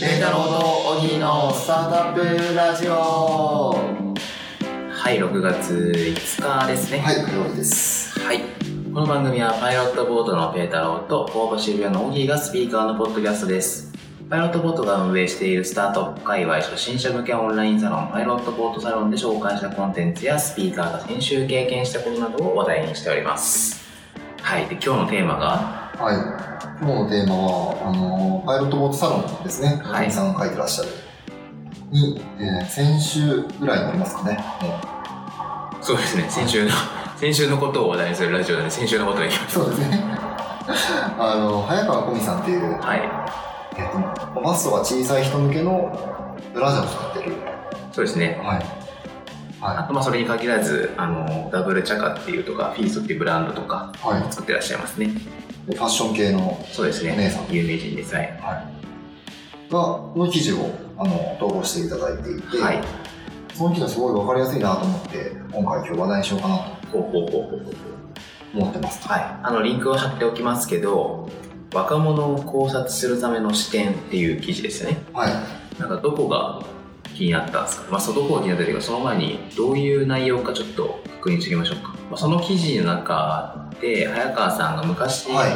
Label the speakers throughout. Speaker 1: メ太郎とオギーのスタートアップラジオ
Speaker 2: はい、6月5日ですね。
Speaker 1: はい、黒木です。
Speaker 2: はい。この番組はパイロットボートのペータローと大場渋谷のオギーがスピーカーのポッドキャストです。パイロットボートが運営しているスタートアップ界隈初心者向けオンラインサロンパイロットボートサロンで紹介したコンテンツやスピーカーが先週経験したことなどを話題にしております。はい。で、今日のテーマが、
Speaker 1: はい。今日のテーマは、あの、パイロットボートサロンですね。
Speaker 2: はい
Speaker 1: 小木さんが書いてらっしゃる。に、えー先週ぐらいになりますかね。ね
Speaker 2: そうですね、先週の、先週のことを話題にするラジオなので、先週のことにしま
Speaker 1: そうですね。 あの、早川小美さんっていう、
Speaker 2: はい。
Speaker 1: えっと、バストが小さい人向けのブラジャーを使ってる。
Speaker 2: そうですね。
Speaker 1: はい。
Speaker 2: あ
Speaker 1: は
Speaker 2: とまあそれに限らずあのダブルチャカっていうとかフィーストっていうブランドとか
Speaker 1: い。は
Speaker 2: 作ってらっしゃいますね
Speaker 1: い。でファッション系の
Speaker 2: そうです
Speaker 1: お
Speaker 2: ね
Speaker 1: 姉さん
Speaker 2: 有名人ですはい、
Speaker 1: はい、がの記事をあの投稿していただいていて、
Speaker 2: はい、
Speaker 1: その記事はすごい分かりやすいなと思って今回今日話題にしようかなと
Speaker 2: ほうほうほうほうほう
Speaker 1: 思ってます
Speaker 2: はいあのリンクを貼っておきますけど若者を考察するための視点っていう記事ですね
Speaker 1: はい
Speaker 2: なんかどこが気になったんですかまあそうどこが気になったというかその前にどういう内容かちょっと確認しておきましょうか、まあ、その記事の中で早川さんが昔
Speaker 1: はい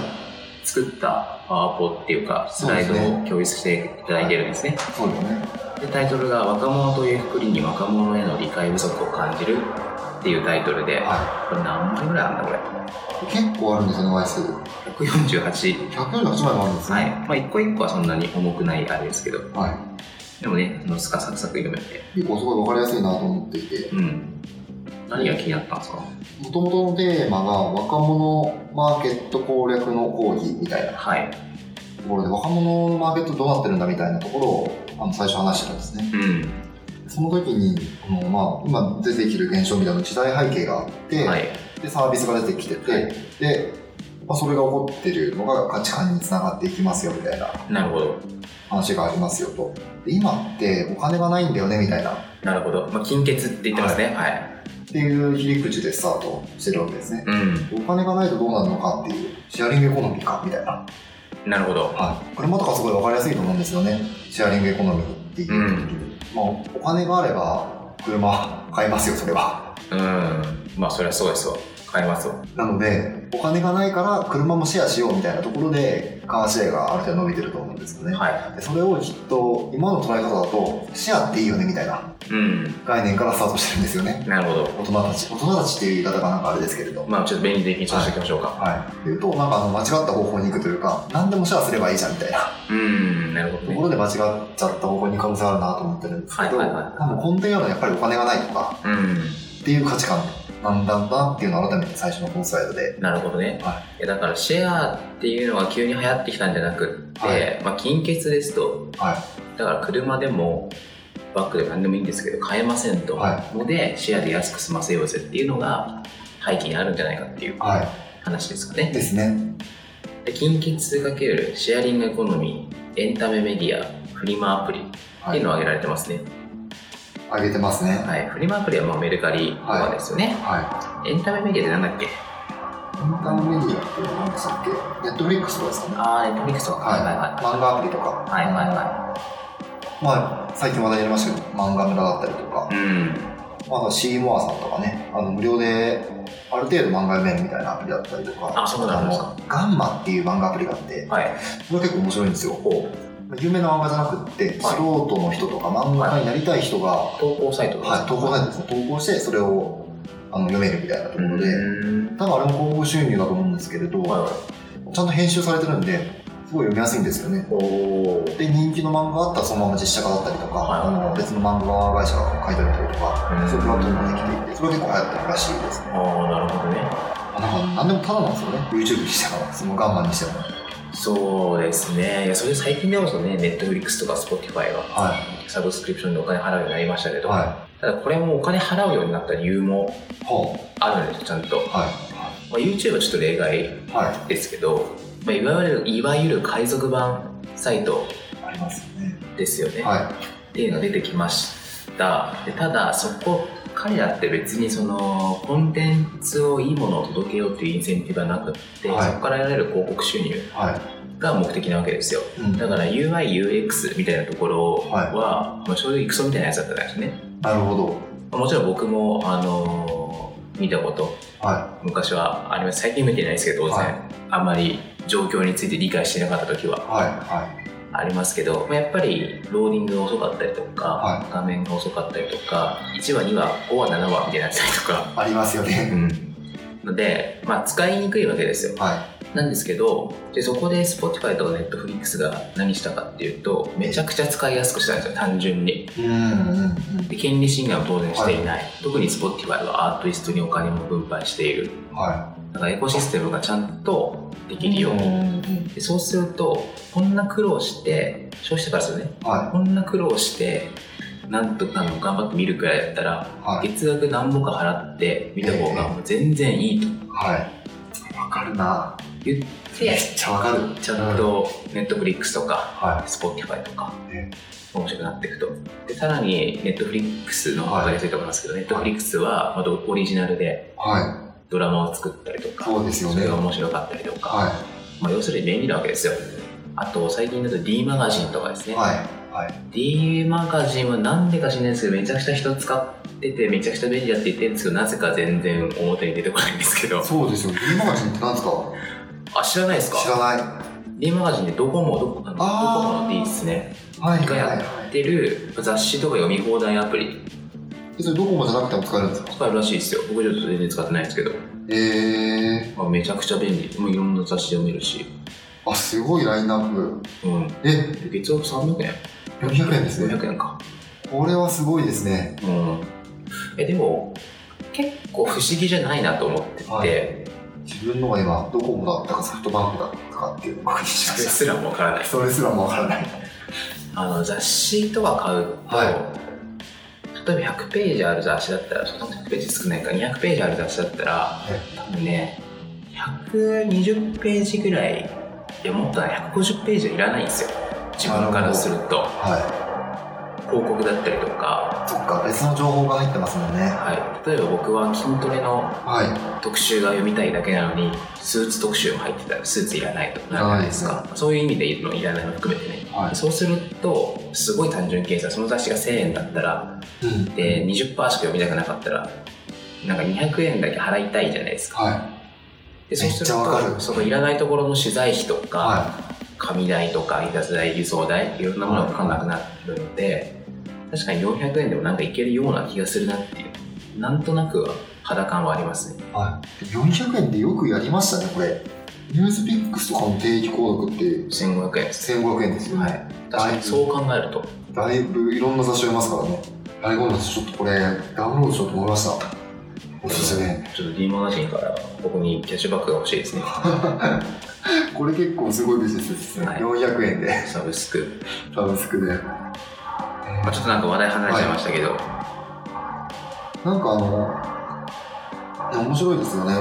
Speaker 2: 作ったパワポっていうかスライド
Speaker 1: そうです
Speaker 2: を共有していただいてるんですね
Speaker 1: そうですね
Speaker 2: でタイトルが「若者というくりに若者への理解不足を感じる」っていうタイトルで
Speaker 1: は
Speaker 2: これ何枚ぐらいあるんだこ
Speaker 1: い結構あるんですよね枚数
Speaker 2: れ148
Speaker 1: 148枚もあるんですね
Speaker 2: はいまあ一個一個はそんなに重くないあれですけど
Speaker 1: はい、
Speaker 2: でもねそのスカサクサク読めて
Speaker 1: 結構すごい分かりやすいなと思っていて
Speaker 2: うん何が気になったんですか
Speaker 1: もともとのテーマが若者マーケット攻略の講義みたいな
Speaker 2: はい
Speaker 1: ところで若者のマーケットどうなってるんだみたいなところをあの最初話してたんですね
Speaker 2: うん
Speaker 1: その時にあの、まあ、今出てきてる現象みたいな時代背景があって、
Speaker 2: はい
Speaker 1: でサービスが出てきてて、
Speaker 2: は
Speaker 1: で、まあ、それが起こってるのが価値観につながっていきますよみたいな
Speaker 2: なるほど
Speaker 1: 話がありますよとで今ってお金がないんだよねみたいなっ
Speaker 2: なるほど、まあ、金欠って言ってますねはい、
Speaker 1: ていう切り口でスタートしてるわけですね
Speaker 2: うん
Speaker 1: お金がないとどうなるのかっていうシェアリングエコノミーかみたいな、
Speaker 2: なるほど
Speaker 1: はい、車とかすごい分かりやすいと思うんですよねシェアリングエコノミーっていう時に、まあ、お金があれば車買いますよそれは
Speaker 2: うんまあそりゃそうですわ買えますわ
Speaker 1: なのでお金がないから車もシェアしようみたいなところでカーシェアがある程度伸びてると思うんですよね、
Speaker 2: は
Speaker 1: でそれをきっと今の捉え方だとシェアっていいよねみたいない
Speaker 2: うん
Speaker 1: 概念からスタートしてるんですよね
Speaker 2: なるほど
Speaker 1: 大人たち大人たちっていう言い方がなんかあれですけれど
Speaker 2: まあちょっと便利的にちょっとしていきましょうか、
Speaker 1: はいっていうとなんかあの間違った方向に行くというか何でもシェアすればいいじゃんみたいな
Speaker 2: うんなるほど
Speaker 1: と
Speaker 2: ね
Speaker 1: ころで間違っちゃった方向に可能性あるなと思ってるんですけど、
Speaker 2: はいはいはい
Speaker 1: 多分根底にあるのはやっぱりお金がないとか
Speaker 2: うん、
Speaker 1: っていう価値観なんだなっていうのを改めて最初のこのスライドで
Speaker 2: なるほどね、
Speaker 1: はい
Speaker 2: やだからシェアっていうのが急に流行ってきたんじゃなくって、
Speaker 1: は
Speaker 2: まあ、金欠ですと
Speaker 1: は
Speaker 2: だから車でもバッグでも何でもいいんですけど買えませんと、
Speaker 1: は
Speaker 2: のでシェアで安く済ませようぜっていうのが背景にあるんじゃないかっていう
Speaker 1: いは
Speaker 2: 話ですか
Speaker 1: い
Speaker 2: ね
Speaker 1: ですね
Speaker 2: で金欠×シェアリングエコノミーエンタメメディアフリマアプリっていうのを挙げられてますね、
Speaker 1: 上げてますね
Speaker 2: はいフリマアプリはまあメルカリとかですよね、
Speaker 1: はい
Speaker 2: エンタメメディアってなんだっけ
Speaker 1: インターメディアって何でしたっけネットフリックスとかですかね
Speaker 2: ああネットフリックスとか
Speaker 1: はい漫画アプリとか
Speaker 2: はいはいは
Speaker 1: まあ最近話題になりましたけど漫画村だったりとか
Speaker 2: いうん
Speaker 1: あとシーモアさんとかねあの無料である程度漫画読めるみたいなアプリだったりとか
Speaker 2: あそうなんですか
Speaker 1: あのガンマっていう漫画アプリがあって
Speaker 2: はい
Speaker 1: これ結構面白いんですよ
Speaker 2: こ
Speaker 1: 有名な漫画じゃなくって、素人の人とか漫画家になりたい人が、
Speaker 2: う
Speaker 1: は
Speaker 2: 投稿サイト
Speaker 1: い
Speaker 2: ですか
Speaker 1: 投稿サイトですね投稿してそれをあの読めるみたいなところで、
Speaker 2: うん
Speaker 1: 多分あれも広告収入だと思うんですけれど、
Speaker 2: は
Speaker 1: ちゃんと編集されてるんで、すごい読みやすいんですよね
Speaker 2: い。おお
Speaker 1: で、人気の漫画があったらそのまま実写化だったりとか、
Speaker 2: はい
Speaker 1: あの別の漫画会社が書いてあったりとか
Speaker 2: う、ん
Speaker 1: そういうプラットフォームができていて、それは結構流行ってるらしいですね。
Speaker 2: ああなるほどね
Speaker 1: あなんか何でもただなんですよね。YouTube にしても、そのガンマンにしても。
Speaker 2: そうですねいやそれ最近でこそねネットフリックスとか Spotify が
Speaker 1: は
Speaker 2: サブスクリプションでお金払うようになりましたけ
Speaker 1: い。
Speaker 2: ど、
Speaker 1: は
Speaker 2: ただこれもお金払うようになった理由も
Speaker 1: い。ほ
Speaker 2: あるんですよちゃんと、
Speaker 1: う。は
Speaker 2: まあ、YouTube はちょっと例外
Speaker 1: い。は
Speaker 2: ですけど、まあ、いわゆるいわゆる海賊版サイト
Speaker 1: い。ありますよね。
Speaker 2: ですよね、
Speaker 1: はい。
Speaker 2: っていうのが出てきましたでただそこ彼らって別にそのコンテンツをいいものを届けようっていうインセンティブはなくって、
Speaker 1: はい
Speaker 2: そこから得られる広告収入
Speaker 1: はい。
Speaker 2: が目的なわけですよ。
Speaker 1: うん
Speaker 2: だから UI、UX みたいなところ
Speaker 1: はい
Speaker 2: は、まあ正直クソみたいなやつだったんですね。
Speaker 1: なるほど。
Speaker 2: まあもちろん僕も、あのー見たこと、
Speaker 1: は
Speaker 2: 昔はあります。最近見てないですけど、当然、
Speaker 1: はい
Speaker 2: あんまり状況について理解してなかった時
Speaker 1: い。
Speaker 2: は
Speaker 1: はい。はい。
Speaker 2: ありますけど、まあやっぱりローディングが遅かったりとか、
Speaker 1: は
Speaker 2: 画面が遅かったりとか、1話、2話、5話、7話みたいになったりとか、
Speaker 1: ありますよね。
Speaker 2: ので、まあ、使いにくいわけですよ。
Speaker 1: は
Speaker 2: なんですけど、でそこで Spotify とか Netflix が何したかっていうと、めちゃくちゃ使いやすくしたんですよ、単純に。
Speaker 1: い。うんうんうん。
Speaker 2: で権利侵害も当然していない。特に Spotify はアーティストにお金も分配している。
Speaker 1: は
Speaker 2: だからエコシステムがちゃんとで
Speaker 1: い。
Speaker 2: きるよう
Speaker 1: うん
Speaker 2: に。
Speaker 1: うん
Speaker 2: でそうすると、こんな苦労して、消費者からするとね、
Speaker 1: は
Speaker 2: こんな苦労して、なんとかの頑張って見るくらいだったら、
Speaker 1: い。はい。
Speaker 2: 月額何本か払って見た方がもう全然いいと
Speaker 1: はい。わかるな。
Speaker 2: 言っ
Speaker 1: め
Speaker 2: て、
Speaker 1: っちゃわかる。
Speaker 2: ちゃんと Netflix とか
Speaker 1: は
Speaker 2: Spotify とか
Speaker 1: ね
Speaker 2: 面白くなっていくとでさらに Netflix の方が分かりやすいと思いますけど、Netflix はまたオリジナル
Speaker 1: い。
Speaker 2: で
Speaker 1: は
Speaker 2: ドラマを作ったりと
Speaker 1: い。
Speaker 2: か
Speaker 1: そうですよ
Speaker 2: そ
Speaker 1: ね
Speaker 2: れ。が面白かったりとか、
Speaker 1: は
Speaker 2: まあ、要するに便利なわけですよあと最近だと D マガジンとかです
Speaker 1: い。
Speaker 2: ね、
Speaker 1: はい。はい。
Speaker 2: D マガジンはなんでか知らないですけどめちゃくちゃ人使っててめちゃくちゃ便利だって言ってるんですけどなぜか全然表に出てこないんですけ ど
Speaker 1: そうですよ。D マガジンって何ですか
Speaker 2: あ知らないです
Speaker 1: 知
Speaker 2: から
Speaker 1: ない。
Speaker 2: D マガジンってドコモドコあの
Speaker 1: あー
Speaker 2: ドコモの D ですね
Speaker 1: はい。
Speaker 2: が
Speaker 1: はい。
Speaker 2: や
Speaker 1: は
Speaker 2: ってる雑誌とか読み放題アプリ
Speaker 1: い。それドコモじゃなくても使えるんですか
Speaker 2: 使えるらしいですよ僕ちょっと全然使ってないんですけど、
Speaker 1: え
Speaker 2: まあ、めちゃくちゃ便利もういろんな雑誌読めるし
Speaker 1: ー。あ、すごいラインナップ。
Speaker 2: うん
Speaker 1: え、
Speaker 2: で月額300円
Speaker 1: 400円ですね。
Speaker 2: 400円か
Speaker 1: これはすごいですね。
Speaker 2: うんえでも結構不思議じゃないなと思ってて、
Speaker 1: はい 自分のが今、ドコモだったかソフトバンクだったかっていうのを確認しま
Speaker 2: そ
Speaker 1: し
Speaker 2: れ すらもわからない
Speaker 1: た。それすらもわからない。
Speaker 2: あの雑誌とか買うと、
Speaker 1: は
Speaker 2: 例えば100ページある雑誌だったらその100ページ少ないから200ページある雑誌だったら、
Speaker 1: い
Speaker 2: 多分ね120ページぐらいいやもっとね150ページはいらないんですよ自分からすると
Speaker 1: は
Speaker 2: 広告だったりとか、
Speaker 1: い。そっか、別の情報が入ってますもんね。
Speaker 2: はい、例えば僕は筋トレの
Speaker 1: は
Speaker 2: 特集が読みたいだけなのにスーツ特集も入ってたらスーツいらないとなるじゃないです
Speaker 1: いら
Speaker 2: かそういう意味でいるのいらないの含めてね
Speaker 1: い。は
Speaker 2: そうするとすごい単純計算その雑誌が1000円だったら
Speaker 1: い。うん。
Speaker 2: で20%しか読みたくなかったらなんか200円だけ払いたいじゃないですか
Speaker 1: はい。
Speaker 2: でそうする
Speaker 1: めっちゃわか
Speaker 2: と
Speaker 1: る
Speaker 2: そのいらないところの取材費とか、
Speaker 1: は
Speaker 2: 紙代とか印刷代輸送代いろんなものがかかんなくなるので確かに400円でもなんかいけるような気がするなっていうなんとなく肌感はありますね
Speaker 1: い。はい。400円でよくやりましたね、これ。ニュースピックスとかの定期購読って
Speaker 2: 1500円です
Speaker 1: 1500円ですよ。
Speaker 2: はい。確かにそう考えると
Speaker 1: だいぶいろんな雑誌読みますからね。大根のちょっとこれ、ダウンロードしようと思いました。おすすめ。
Speaker 2: ちょっと D マガジンから僕にキャッシュバックが欲しいですね
Speaker 1: これ結構すごいビジネスですね。
Speaker 2: はい
Speaker 1: 400円で、
Speaker 2: サブスク、
Speaker 1: サブスクで。
Speaker 2: まあ、ちょっとなんか話題離れちゃいましたけど、
Speaker 1: なんかあの、いや面白いですよね。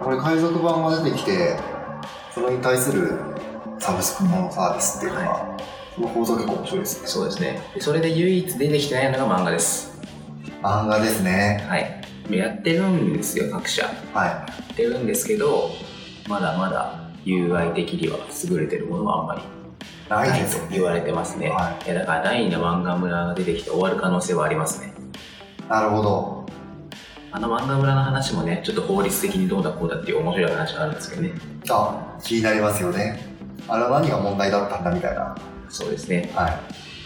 Speaker 1: これ海賊版が出てきて、それに対するサブスクのサービスっていうのは、その構造結構面白いですね。
Speaker 2: そうですねでそれで唯一出てきてないのが漫画です
Speaker 1: 漫画ですね。
Speaker 2: はいやってるんですよ各社
Speaker 1: は
Speaker 2: やってるんですけどまだまだ UI 的には優れてるものはあんまり
Speaker 1: い。ないです
Speaker 2: と
Speaker 1: よね。
Speaker 2: 言われてますね、
Speaker 1: はい
Speaker 2: やだから第2の漫画村が出てきて終わる可能性はありますね
Speaker 1: なるほど。
Speaker 2: あの漫画村の話もねちょっと法律的にどうだこうだっていう面白い話があるんですけどね
Speaker 1: あ、気になりますよね。あれは何が問題だったんだみたいな。
Speaker 2: そうですね
Speaker 1: はい。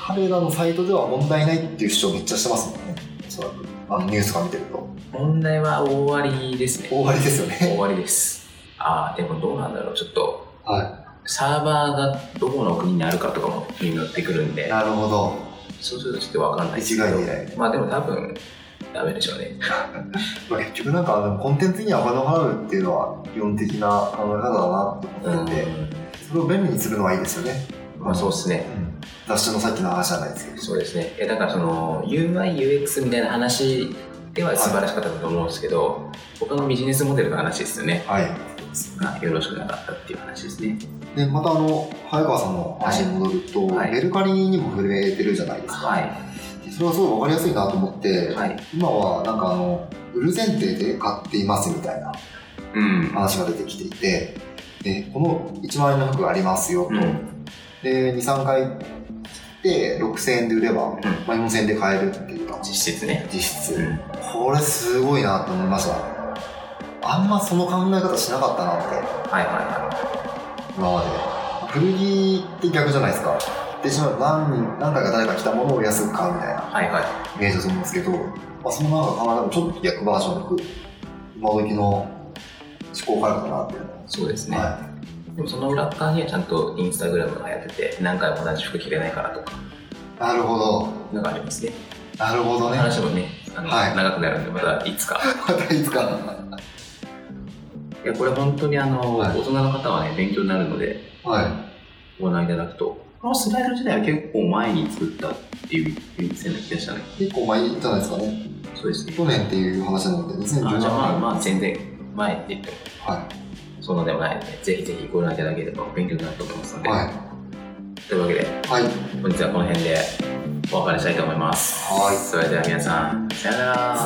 Speaker 1: 彼らのサイトでは問題ないっていう主張めっちゃしてますもんね。おそらく。あのニュースとか見てると。
Speaker 2: 問題は大ありですね
Speaker 1: 終わりですよね。
Speaker 2: 大ありですああでもどうなんだろうちょっと
Speaker 1: は
Speaker 2: サーバーがどこの国にあるかとかも気になってくるん
Speaker 1: い。
Speaker 2: で
Speaker 1: なるほど。
Speaker 2: そうするとちょっとわかんないです
Speaker 1: 一
Speaker 2: けど
Speaker 1: 概にない。
Speaker 2: まあでも多分ダメでしょうね
Speaker 1: まあ、結局なんかあのコンテンツにはお金を払うっていうのは基本的な考え方だなって思ってて、それを便利にするのはいいですよね。
Speaker 2: まあそうですね
Speaker 1: うん雑誌のさっきの話じゃないですけど。
Speaker 2: そうですね。えだからその UIUX みたいな話では素晴らしかったと思うんですけど、他のビジネスモデルの話ですよね。
Speaker 1: はい。
Speaker 2: がよろしくなかったっていう話ですね。
Speaker 1: で、またあの、早川さんの話に戻ると、
Speaker 2: はい
Speaker 1: メルカリにも触れてるじゃないですか。
Speaker 2: は
Speaker 1: それはすごいわかりやすいなと思って、
Speaker 2: い。はい。
Speaker 1: 今はなんかあの売る前提で買っていますみたいな
Speaker 2: うん。
Speaker 1: 話が出てきていてで、この1万円の服がありますよと。
Speaker 2: うん。
Speaker 1: で、2、3回行って、6000円で売れば、
Speaker 2: ん
Speaker 1: まあ、4000円で買えるっていうのが
Speaker 2: 実質ね。
Speaker 1: 実質。
Speaker 2: うん。
Speaker 1: これすごいなと思いましたあんまその考え方しなかったなって
Speaker 2: はいはいは。
Speaker 1: 今まで古着って逆じゃないですかでしまう何人何回か誰か着たものを安く買うみたいない
Speaker 2: はいは
Speaker 1: イメージだと思うんですけど、まあ、そのなんか考え方もちょっと逆バージョンの今時の思考回路だなっていうの
Speaker 2: い。そうですね。
Speaker 1: は
Speaker 2: でもその裏側にはちゃんとインスタグラムがやってて、何回も同じ服着れないからとか、
Speaker 1: いなるほど
Speaker 2: なんかありますね。
Speaker 1: なるほど ね
Speaker 2: 話もね、あの
Speaker 1: はい
Speaker 2: 長くなるんで、またいつか。
Speaker 1: またいつか
Speaker 2: いや、これ本当にあの、
Speaker 1: はい
Speaker 2: 大人の方はね、勉強になるので、
Speaker 1: は
Speaker 2: ご覧いただくと。このスライド自体は結構前に作ったっていう線の気がしたね。
Speaker 1: い結構前じゃないですかね
Speaker 2: そうですね。
Speaker 1: 去年っていう話なので2017
Speaker 2: あじゃあまあ
Speaker 1: 年
Speaker 2: まあ全然前って言っても
Speaker 1: は
Speaker 2: そんなでもないので、ぜひぜひご覧いただければ勉強になると思いますの
Speaker 1: い
Speaker 2: で。
Speaker 1: は
Speaker 2: というわけで、
Speaker 1: いはい
Speaker 2: 本日はこの辺でお別れしたいと思います。
Speaker 1: はい
Speaker 2: それでは皆さん、さよなら。
Speaker 1: さよ